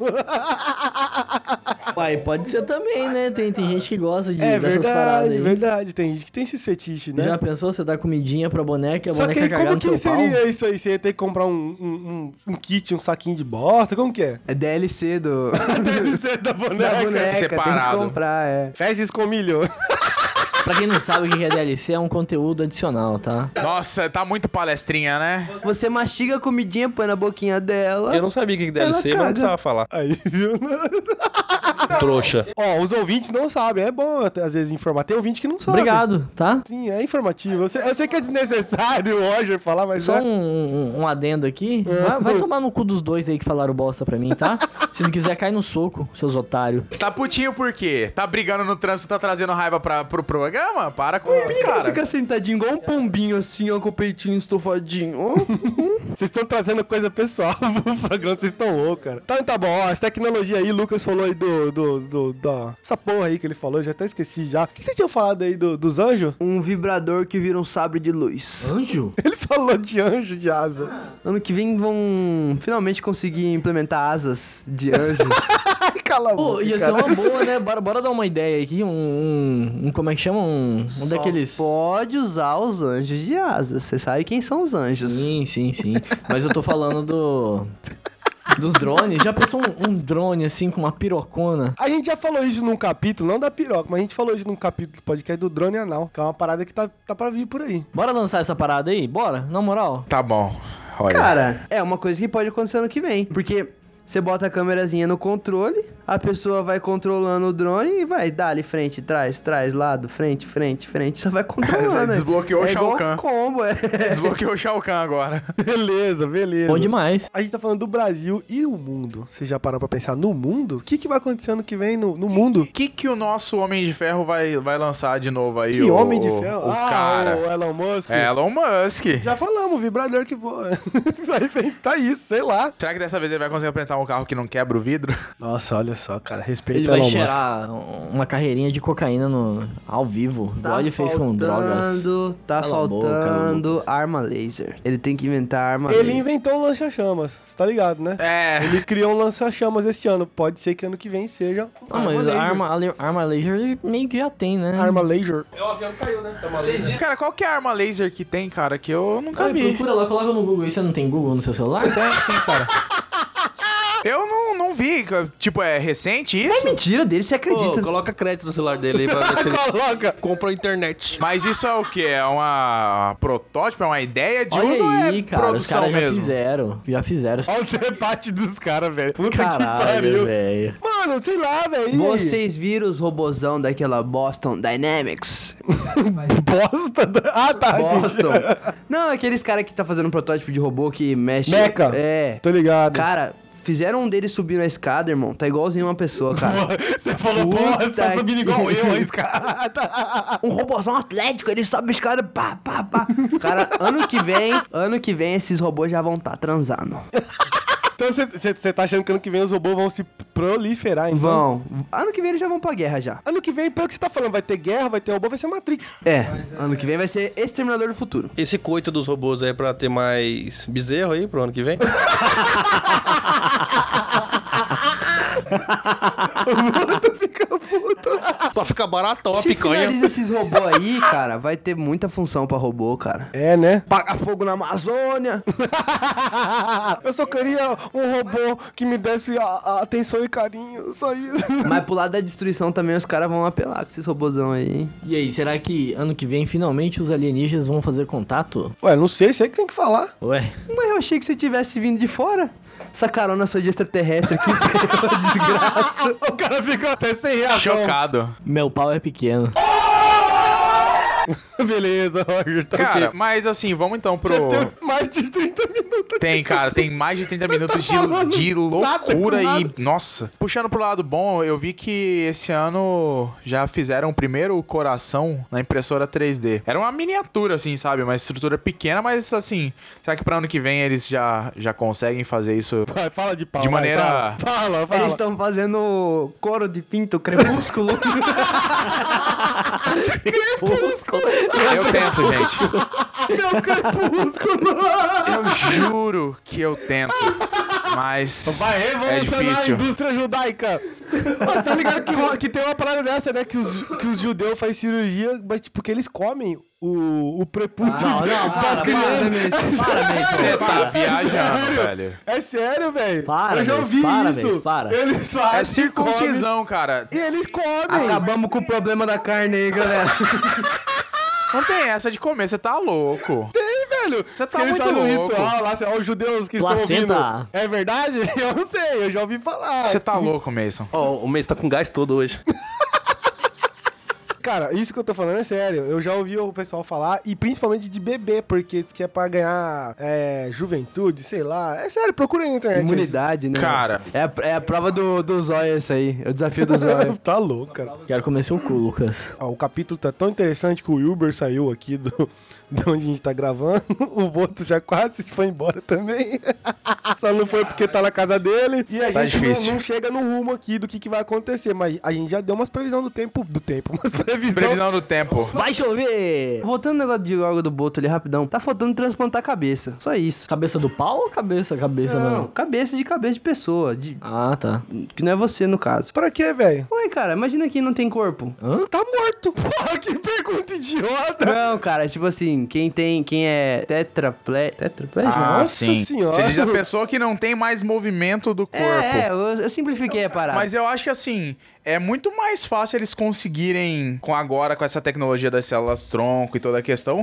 Uai, pode ser também, né? Tem, tem gente que gosta de
É
dessas paradas
verdade,
aí.
verdade. Tem gente que tem esse fetiche, né?
Já pensou você dar comidinha pra boneca e a
Só que
boneca
aí,
cagar
como
no seu
que seria
pau?
isso aí? Você ia ter que comprar um, um, um- um kit, um saquinho de bosta? Como que é?
É DLC do.
Deve ser da
da
boneca.
boneca,
separado.
tem que comprar, é.
Fezes com milho. (laughs)
Pra quem não sabe o que é DLC, é um conteúdo adicional, tá?
Nossa, tá muito palestrinha, né?
Você mastiga a comidinha, põe na boquinha dela.
Eu não sabia o que que deve
Ela
ser, mas não
caga.
precisava falar.
Aí, viu? (laughs)
Trouxa.
Ó, os ouvintes não sabem. É bom, até às vezes, informar. Tem ouvinte que não sabe.
Obrigado, tá?
Sim, é informativo. Eu sei, eu sei que é desnecessário o Roger falar, mas
Só
é.
um, um- um adendo aqui. Vai, vai tomar no cu dos dois aí que falaram bosta pra mim, tá? Se não quiser, cai no soco, seus otários.
Tá putinho por quê? Tá brigando no trânsito, tá trazendo raiva pra, pro programa? Para com isso,
Cara,
cara.
fica sentadinho igual um pombinho assim, ó, com o peitinho estofadinho. ó.
Vocês estão trazendo coisa pessoal (laughs) pro programa, vocês estão loucos, cara. Então tá bom, ó, essa tecnologia aí, Lucas falou aí do. do, do, da- essa porra aí que ele falou, eu já até esqueci já. O que você tinha falado aí do- dos anjos? (laughs)
um vibrador que vira um sabre de luz.
Anjo?
Ele falou de anjo de asa.
Ano que vem vão finalmente conseguir implementar asas de anjos.
Ai, cala a
Pô,
boca.
ia ser
cara.
uma boa, né? Bora, bora dar uma ideia aqui. Um, um- um- Como é que chama? Um, um daqueles.
Pode usar os anjos de asas. Você sabe quem são os anjos.
Sim, sim, sim. Mas eu tô falando do. Dos drones. Já pensou um, um drone assim com uma pirocona?
A gente já falou isso num capítulo, não da piroca, mas a gente falou isso num capítulo do podcast do drone anal, que é uma parada que tá, tá pra vir por aí. (laughs)
Bora lançar essa parada aí? Bora? Na moral?
Tá bom. Olha.
Cara, é uma coisa que pode acontecer ano que vem. Porque você bota a câmerazinha no controle, a pessoa vai controlando o drone e vai, dali, frente, trás, trás, lado, frente, frente, frente. Só vai controlando. né?
Desbloqueou o
é
Shao
igual
Kahn.
combo, é. (laughs)
Desbloqueou o Shao Kahn agora.
Beleza, beleza.
Bom demais.
A gente tá falando do Brasil e o mundo. Vocês já pararam pra pensar no mundo? O que, que vai acontecer ano que vem no, no mundo?
O que, que o nosso Homem de Ferro vai, vai lançar de novo aí?
Que
o,
homem de ferro.
O
ah,
cara.
o Elon Musk.
É Elon Musk.
Já falamos, vibrador que voa. (laughs) Vai inventar tá isso, sei lá.
Será que dessa vez ele vai conseguir apresentar um carro que não quebra o vidro? (laughs)
Nossa, olha só, cara.
Ele
Respeita
vai
Elon Musk.
cheirar uma carreirinha de cocaína no, ao vivo.
Tá
igual ele fez com drogas.
Tá faltando- Tá
Cala a
faltando arma laser. Ele tem que inventar arma
Ele
laser.
inventou um lança-chamas, você tá ligado, né?
É.
Ele criou um lança-chamas esse ano. Pode ser que ano que vem seja.
Não, Ah, mas
laser.
arma, ale- arma laser ele meio que já tem, né?
Arma
(laughs)
laser.
É, o avião caiu, né? Tá maluco.
Cara, qual que é a arma laser que tem, cara? Que eu nunca
Ai,
vi.
procura lá, coloca no Google. E você não tem Google no seu celular?
Eu não, não não vi. Tipo, é recente
É
isso?
mentira dele, você
Pô,
acredita.
coloca crédito no celular dele aí pra
(laughs)
ver se ele
Coloca!
compra a internet.
Mas isso é o quê? É uma protótipo? É uma ideia de uso ou
Olha
é
aí, cara, os
produção
caras já
mesmo?
fizeram. Já fizeram.
Olha É o debate dos caras, velho. Puta que
Caralho,
pariu.
velho.
Mano, sei lá, velho. E aí?
Vocês viram os robozão daquela Boston Dynamics?
Bosta. da- (laughs) Ah, tá. entendi.
Boston. (laughs) Não, aqueles caras que tá fazendo um protótipo de robô que mexe.
Meca.
É.
Tô ligado.
Cara, fizeram um deles subir na escada, irmão. Tá igualzinho uma pessoa, (laughs) cara.
Você falou,
Puta
porra, você tá
que-
subindo igual eu, Tá.
(laughs)
a escada.
um robôzão atlético, ele sobe a escada, pá, pá, pá. Cara, ano que vem, ano que vem esses robôs já vão estar tá transando.
Então você tá achando que ano que vem os robôs vão se proliferar, então?
Vão. Ano que vem eles já vão pra guerra já.
Ano que vem, pelo que você tá falando, vai ter guerra, vai ter robô, vai ser Matrix.
É, ano que vem vai ser Exterminador do Futuro.
Esse coito dos robôs aí é pra ter mais bezerro aí pro ano que vem? Só fica barato, ó, a
Se
picanha.
finaliza esses robôs aí, cara, vai ter muita função pra robô, cara.
É, né?
Paga fogo na Amazônia.
Eu só queria um robô que me desse a- a atenção e carinho, só isso. (laughs)
Mas pro lado da destruição também os caras vão apelar com esses robôzão aí, hein?
E aí, será que ano que vem finalmente os alienígenas vão fazer contato?
Ué, não sei, sei que tem que falar.
Ué,
Mas eu achei que você tivesse vindo de fora. Essa carona sua de extraterrestre aqui, (laughs) desgraça.
(laughs) O cara fica até sem
Tá
reação.
Chocado.
meu pau é pequeno.
(laughs) Beleza, Roger, tá
Cara,
ok.
mas assim, vamos então pro.
Já tem um- mais de 30 minutos.
Tem, cara, tem mais de 30 minutos de,
tá falando
de
nada com
loucura
nada.
e. Nossa. Puxando pro lado bom, eu vi que esse ano já fizeram o primeiro coração na impressora 3D. Era uma miniatura, assim, sabe? Uma estrutura pequena, mas assim. Será que pra ano que vem eles já, já conseguem fazer isso?
(laughs) Vai, fala de pau.
De
vai,
maneira-
Fala, fala.
Eles
fala.
estão fazendo coro de pinto
(laughs)
crepúsculo.
Eu tento, gente.
Ah,
(laughs)
Meu crepúsculo.
Eu juro que eu tento. Mas.
Vai
É
revolucionar a
difícil.
indústria judaica. Mas tá ligado que, ro- que tem uma parada dessa, né? Que os, que os judeus fazem cirurgia, mas tipo, que eles comem o, o prepúcio
Ah, Não, não,
das
para, para,
crianças.
Denis, para,
Você tá
Denis, para.
viajando, velho.
É sério, velho.
Para,
Eu já
Denis,
ouvi
para,
isso.
Denis, para.
Eles fazem.
É circuncisão, cara.
comem, E eles comem.
Acabamos com o problema da carne aí,
(laughs)
galera.
Não tem essa de comer, você tá louco.
Tem, velho.
Você tá
Que eles
muito
fazem um
louco.
ritual lá, assim, ó, os judeus que
Placenta.
estão ouvindo. É verdade? (laughs) Eu não sei, eu já ouvi falar.
Você tá louco, Mason.
Ó, (laughs) o mês tá com gás todo hoje.
Cara, isso que eu tô falando é sério. Eu já ouvi o pessoal falar, e principalmente de bebê, porque diz que é pra ganhar é, juventude, sei lá. É sério, procura aí na internet.
Imunidade, né?
Cara.
É a, é a prova do, do zóio isso aí. É o desafio do zóio.
(laughs) tá louco, cara.
(laughs) Quero comer seu cu, Lucas.
Ó, o capítulo tá tão interessante que o Wilber saiu aqui do, (laughs) de onde a gente tá gravando. (laughs) O Boto já quase foi embora também. (laughs) Só não foi porque tá na casa dele. E a
Tá
gente não,
difícil.
não chega no rumo aqui do que, que vai acontecer. Mas a gente já deu umas previsão do tempo. Do tempo, (laughs) umas previsão.
Previsão do tempo.
Vai chover!
Voltando ao negócio de órgão do boto ali rapidão. Tá faltando transplantar a cabeça. Só isso.
Cabeça do pau ou cabeça? Cabeça não.
Cabeça de cabeça de pessoa. de-
Ah, tá.
que não é você, no caso.
Pra quê, velho?
Ué, cara, imagina quem não tem corpo.
Tá morto. (laughs) Porra, que pergunta idiota.
Não, cara, tipo assim, quem tem, quem é tetraple... tetraplégico?
Ah,
Nossa
Você
senhora.
diz a pessoa que não tem mais movimento do corpo.
É, é, eu, eu simplifiquei a parada.
Mas eu acho que assim, é muito mais fácil eles conseguirem, com agora, com essa tecnologia das células tronco e toda a questão,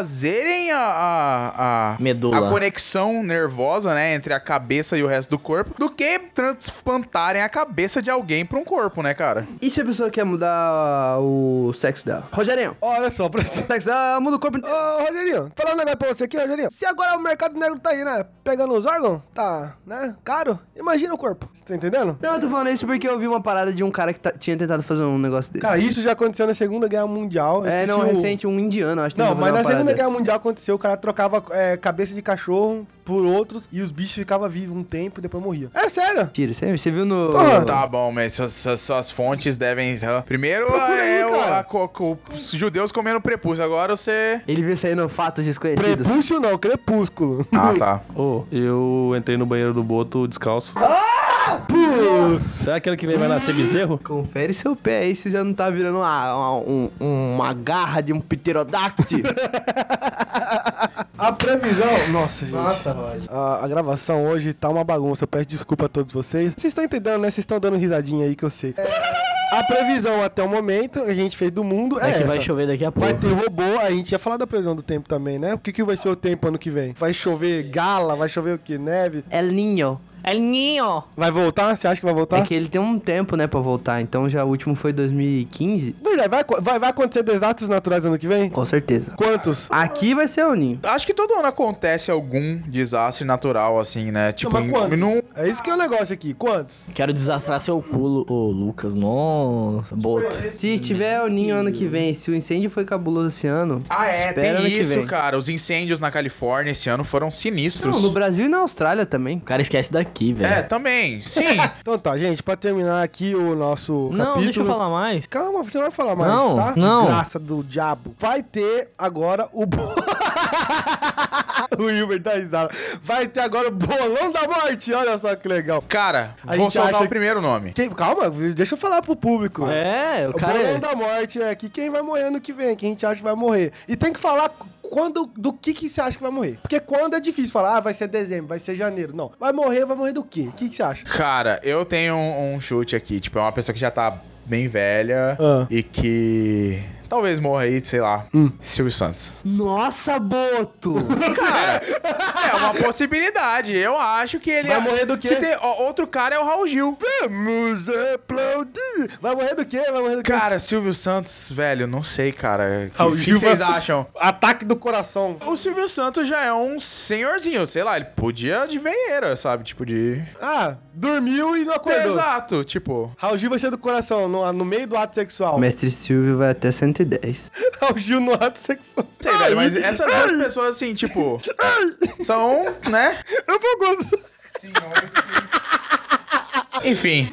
refazerem a. a, a
Medula.
A conexão nervosa, né? Entre a cabeça e o resto do corpo, do que transplantarem a cabeça de alguém pra um corpo, né, cara?
E se a pessoa quer mudar o sexo dela? Rogerinho,
Olha só, pra
o sexo dela muda o corpo
Ô,
inteiro.
Rogerinho, falando um negócio pra você aqui, Rogerinho. Se agora o mercado negro tá aí, né? Pegando os órgãos, tá, né? Caro, imagina o corpo. Você tá entendendo?
Não, eu tô falando isso porque eu vi uma parada de um cara que tá- tinha tentado fazer um negócio desse.
Cara, isso já aconteceu na Segunda Guerra Mundial. eu
É,
esqueci
não,
o-
recente, um indiano, acho que
Não, é
tentou
mas na
fazer uma
Segunda
parada
Guerra Mundial aconteceu, o cara trocava é, cabeça de cachorro por outros e os bichos ficavam vivos um tempo e depois morria. É sério.
dessa. Tira, você, você viu no...
Porra.
Tá bom, mas suas, suas- suas fontes devem. Primeiro
Procura aí,
é o-
cara.
a co- co- os judeus comendo prepúcio. Agora você.
Ele viu isso aí no Fatos Desconhecidos.
Prepúcio não, crepúsculo.
Ah, tá.
Ô, eu entrei no banheiro do Boto descalço. Será que ano que vem vai nascer bezerro?
Confere seu pé aí se já não tá virando uma, uma, um- uma garra de um pterodáctilo.
A previsão. Nossa, gente. a, a gravação hoje tá uma bagunça. Eu peço desculpa a todos vocês. Vocês estão entendendo, né? Vocês estão dando risadinha aí que eu sei. A previsão até o momento que a gente fez do mundo é,
É, que
essa.
vai chover daqui a pouco.
Vai ter robô, a gente ia falar da previsão do tempo também, né? O que, que vai ser o tempo ano que vem? Vai chover gala, vai chover o que? Neve?
(laughs) É Ninho. É Ninho.
Vai voltar? Você acha que vai voltar?
É que ele tem um tempo, né, pra voltar. Então já o último foi 2015.
Verdade, é, Vai, aco- vai- vai acontecer desastres naturais ano que vem?
Com certeza.
Quantos?
Aqui vai ser o Ninho.
Acho que todo ano acontece algum desastre natural, assim, né? Tipo,
Não, mas quantos?
não-
É isso que é o negócio aqui. Quantos?
Quero desastrar seu culo, ô Lucas. Nossa, boto.
Se tiver o Ninho ano que vem, se o incêndio foi cabuloso esse ano.
Ah, é,
espera ano
tem
que
isso,
vem.
cara. Os incêndios na Califórnia esse ano foram sinistros.
Não, no Brasil e na Austrália também.
O cara esquece daqui, velho.
É, também. Sim.
Então tá, gente, pra terminar aqui o nosso
não,
capítulo.
deixa eu falar mais.
Calma, você vai falar mais,
Não,
tá?
não.
Desgraça do diabo. Vai ter agora o. bo- (laughs) o Hilbert tá risada. Vai ter agora o bolão da morte. Olha só que legal.
cara,
A
vou
gente
soltar
acha
o primeiro nome.
Quem- Calma, deixa eu falar pro público.
É, o
O
cara.
bolão da morte é que quem vai morrer ano que vem, quem a gente acha que vai morrer. E tem que falar quando, do que, que você acha que vai morrer. Porque quando é difícil falar, ah, vai ser dezembro, vai ser janeiro. Não, vai morrer, vai morrer do quê? O que, que você acha?
Cara, eu tenho um, um chute aqui. Tipo, é uma pessoa que já tá bem velha
Ah.
e que talvez morra aí, sei lá. Silvio Santos.
Nossa, Boto!
É uma possibilidade. Eu acho que ele é-
Vai morrer do quê?
Se tem- ó, outro cara é o Raul Gil. Vamos aplaudir.
Vai morrer do quê? Vai morrer do quê?
Cara, Silvio Santos, velho, não sei, cara. O
Raul
que,
Gil
vocês
vai-
acham?
Ataque do coração.
O Silvio Santos já é um senhorzinho, sei lá, ele podia de veieira, sabe? Tipo de.
Ah, dormiu e não acordou.
Exato, tipo.
Raul Gil vai ser do coração, no, no meio do ato sexual.
(laughs) O mestre Silvio vai até 110.
(laughs) Raul Gil no ato sexual.
Sei, velho, mas essas duas pessoas, assim, tipo. são, né?
Eu vou gozar.
Enfim.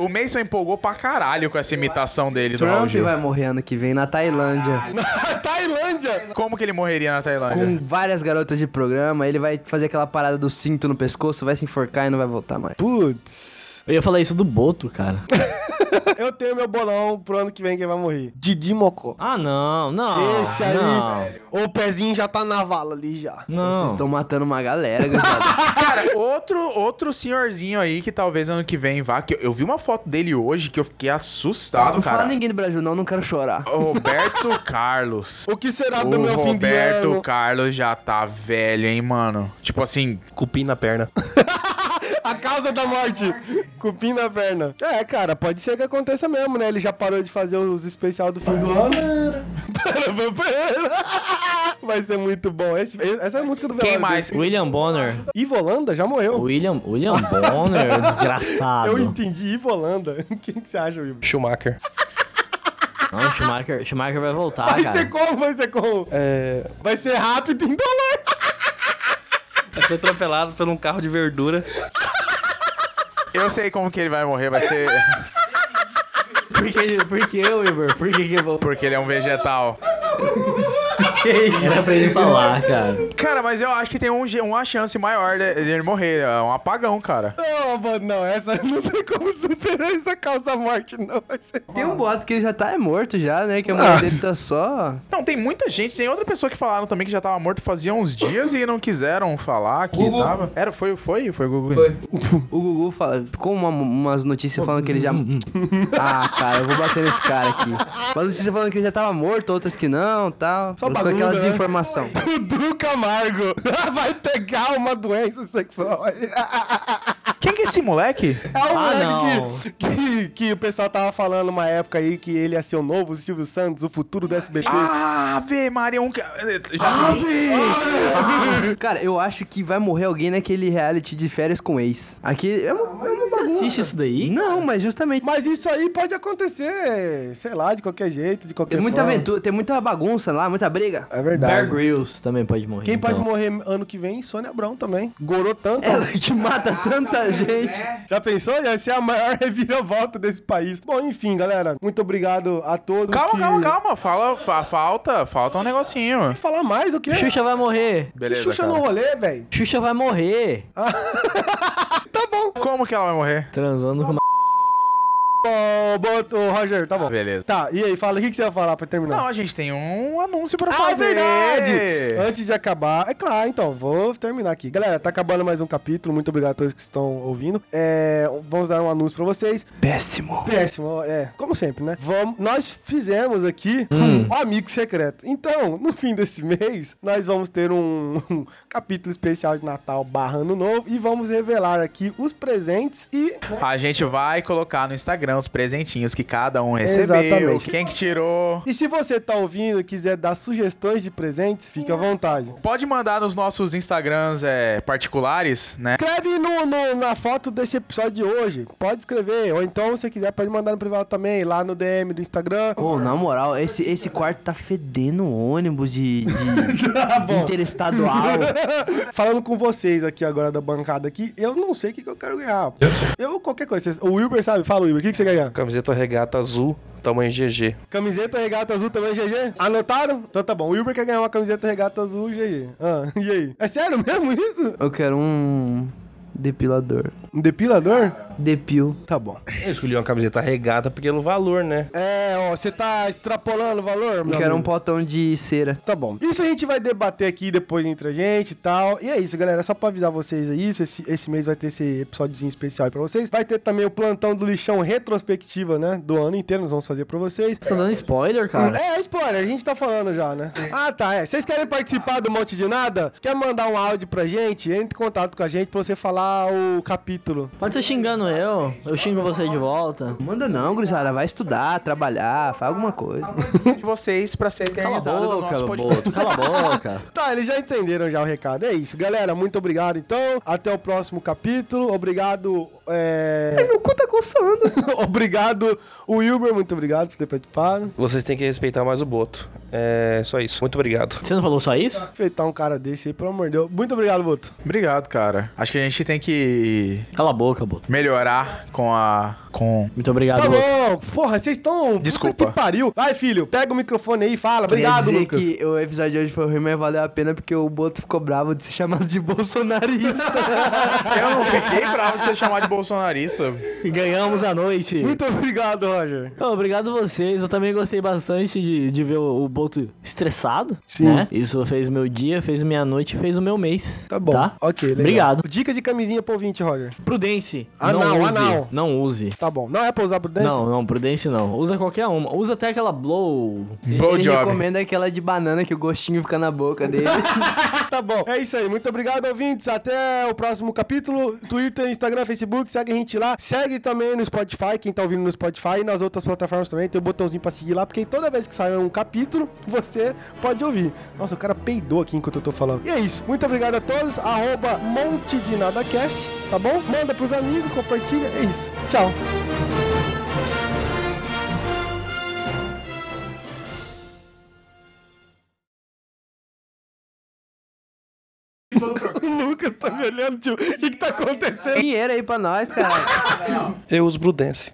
O Mason empolgou pra caralho com essa imitação dele do Raul
Trump
Gil.
vai morrer ano que vem na Tailândia.
(laughs) Tailândia.
Como que ele morreria na
Com
Tailândia?
várias garotas de programa, ele vai fazer aquela parada do cinto no pescoço, vai se enforcar e não vai voltar mais.
Putz.
Eu ia falar isso do Boto, cara.
Eu tenho meu bolão pro ano que vem quem vai morrer. Didi Mocó.
Ah, não,
Ah,
não.
Esse aí, o pezinho já tá na vala ali já.
Não.
Vocês estão matando uma galera, (laughs) gurizada.
Cara, outro, outro senhorzinho aí que talvez ano que vem vá. Que eu, eu vi uma foto dele hoje que eu fiquei assustado,
Não fala
cara.
ninguém do Brasil, não, não quero chorar.
Roberto Carlos.
O que será do
o
meu fim de
Roberto
ano?
Carlos já tá velho, hein, mano? Tipo assim,
Cupim na perna.
A causa da morte. Cupim na perna. É, cara, pode ser que aconteça mesmo, né? Ele já parou de fazer os especial do fim do ano. (laughs) Vai ser muito bom. Esse- essa é a música do
quem
velório
mais?
William Bonner.
dele. Ivolanda já morreu.
William, William
(laughs)
Bonner, desgraçado.
Eu entendi, Ivolanda. (laughs) Quem que você acha, Will?
Schumacher.
Não, o Schumacher, o Schumacher vai voltar,
Vai
cara.
ser como? Vai ser como?
É.
Vai ser rápido em dolor.
Foi atropelado por um carro de verdura.
Eu sei como que ele vai morrer, vai ser (laughs)
Por que, por que eu, Igor? Por que que eu
(laughs)
vou...
porque ele é um vegetal.
Era pra ele falar, cara.
Cara, mas eu acho que tem um, je- uma chance maior de, de ele morrer. É um apagão, cara.
Não, mano, não, essa (laughs) não tem como superar essa causa morte, não. Vai ser...
Tem um boato que ele já tá é morto já, né? Que a
Ah.
mulher dele tá só...
Não, tem muita gente, tem outra pessoa que falaram também que já tava morto fazia uns dias e não quiseram falar que tava. Era, foi, foi, foi o Gugu.
O Gugu fala, ficou uma, umas notícias falando que ele
(laughs)
já.
Hum,
ah, cara, eu vou bater nesse cara aqui. Umas notícias falando que ele já tava morto, outras que não tal.
Só
Ficou
bagunça,
aquela
né? (laughs)
desinformação.
Dudu Camargo (laughs) vai pegar uma doença sexual.
Quem que é esse moleque?
É o
não.
moleque que, que, que o pessoal tava falando uma época aí que ele ia ser o novo Silvio Santos, o futuro do SBT.
Ah, vê, Maria, um... ca- Já
Cara, eu acho que vai morrer alguém naquele reality de férias com ex. Aqui é uma, é uma bagunça.
Assiste isso daí?
Não, mas justamente.
Mas isso aí pode acontecer, sei lá, de qualquer jeito, de qualquer
Tem muita
forma.
aventura, tem muita bagunça lá, muita briga.
É
Bear
verdade.
Grylls também pode morrer.
Quem pode
então.
morrer ano que vem? Sônia Abrão também. Gorou tanto.
É.
Ela que mata tanta gente.
Já pensou? Ia ser a maior (laughs) reviravolta desse país. Bom, enfim, galera. Muito obrigado a todos.
Calma,
que...
calma, calma. Fala, fa- falta, falta um negocinho.
Falar mais o quê?
Xuxa vai morrer.
Beleza,
Xuxa
cara.
no rolê, velho.
Xuxa vai morrer.
Tá bom.
Como que ela vai morrer?
Transando com uma...
bom, botou. Ô, Roger, tá bom.
Ah, beleza.
Tá, e aí, fala, o que, que você ia falar pra terminar?
Não, a gente tem um anúncio pra
Ah, é
fazer.
verdade! Antes de acabar, é claro, então, vou terminar aqui. Galera, tá acabando mais um capítulo. Muito obrigado a todos que estão ouvindo. É, vamos dar um anúncio pra vocês.
Péssimo.
Péssimo, é, como sempre, né? Vamos, nós fizemos aqui um amigo secreto. Então, no fim desse mês, nós vamos ter um, um capítulo especial de Natal barra Ano Novo e vamos revelar aqui os presentes e
A gente vai colocar no Instagram os presentinhos que cada um recebeu.
Exatamente.
Quem que tirou.
E se você tá ouvindo e quiser dar sugestões de presentes, fique à vontade.
Pode mandar nos nossos Instagrams é, particulares, né?
Escreve no, no- na foto desse episódio de hoje. Pode escrever. Ou então, se quiser, pode mandar no privado também, lá no DM do Instagram.
Ô, na moral, esse, esse quarto tá fedendo ônibus de, de
Tá bom.
interestadual.
Falando com vocês aqui agora da bancada aqui, eu não sei o que, que eu quero ganhar. Eu, qualquer coisa. Vocês- O Wilber sabe? Fala, Wilber, o que, que você quer ganhar?
Camiseta regata azul, tamanho GG.
Camiseta regata azul também, GG? Anotaram? Então tá bom. O Wilber quer ganhar uma camiseta regata azul, GG. Ah, (laughs) e aí? É sério mesmo isso?
Eu quero um depilador.
Um depilador?
Depil.
Tá bom.
Eu escolhi uma camiseta regata pelo valor, né?
É, ó, você tá extrapolando o valor,
Eu
meu
quero um
amigo?
potão de cera.
Tá bom. Isso a gente vai debater aqui depois entre a gente e tal. E é isso, galera. Só pra avisar vocês é isso. Esse, esse mês vai ter esse episódiozinho especial aí pra vocês. Vai ter também o plantão do lixão retrospectiva, né? Do ano inteiro. Nós vamos fazer pra vocês.
Você tá dando spoiler, cara?
É, spoiler, a gente tá falando já, né? Ah, tá, é. Vocês querem participar do Monte de Nada? Quer mandar um áudio pra gente? Entre em contato com a gente pra você falar o capítulo.
Pode ser xingando eu, eu xingo você de volta.
Manda não, gurizada. Vai estudar, trabalhar, faz alguma coisa.
(laughs) De vocês pra ser
Cala a
eternizada do
boca,
nosso podcast. (laughs)
Loboto, cala a boca.
Tá, eles já entenderam já o recado. É isso, galera. Muito obrigado, então. Até o próximo capítulo. Obrigado, é...
Meu cu tá coçando.
(laughs) obrigado, Wilber. Muito obrigado por ter participado.
Vocês têm que respeitar mais o Boto. É só isso. Muito obrigado.
Você não falou só isso?
Feitar um cara desse aí, pelo amor de Deus. Muito obrigado, Boto.
Obrigado, cara. Acho que a gente tem que
Cala a boca, Boto.
melhorar com a. com.
Muito obrigado,
Tá
Boto.
bom. Porra, vocês estão...
Desculpa.
Puta que pariu. Vai, filho. Pega o microfone aí e fala. Obrigado,
Quer dizer
Lucas.
que o episódio de hoje foi ruim, mas valeu a pena porque o Boto ficou bravo de ser (laughs) chamado de bolsonarista.
(laughs) Eu não fiquei bravo de você chamar de bolsonarista.
E ganhamos a noite.
Muito obrigado,
Tá.
Roger.
Ô, Obrigado vocês, eu também gostei bastante de, de ver o, o Boto estressado.
Sim.
né? Isso fez meu dia, fez minha noite, fez o meu mês.
Tá bom.
Tá?
Ok, legal.
Obrigado.
Dica de camisinha pro ouvinte, Roger.
Prudence.
Anal,
não use.
anal.
Não use.
Tá bom. Não é pra usar prudência?
Não, não, Prudence não. Usa qualquer uma. Usa até aquela Blow.
Ele
Blowjob.
recomenda aquela de banana que o gostinho fica na boca dele.
Tá bom. É isso aí. Muito obrigado, ouvintes. Até o próximo capítulo. Twitter, Instagram, Facebook. Segue a gente lá. Segue também no Spotify, quem tá ouvindo no Spotify. E nas outras plataformas também. Tem o botãozinho pra seguir lá. Porque toda vez que sai um capítulo, (laughs) você pode ouvir. Nossa, o cara peidou aqui enquanto eu tô falando. E é isso. Muito obrigado a todos. Arroba Monte de NadaCast. Tá bom? Manda pros amigos, compartilha. É isso. Tchau. (laughs) O Lucas tá me olhando, tio. O que que tá acontecendo?
Dinheiro aí pra nós, cara.
Eu uso Brudense.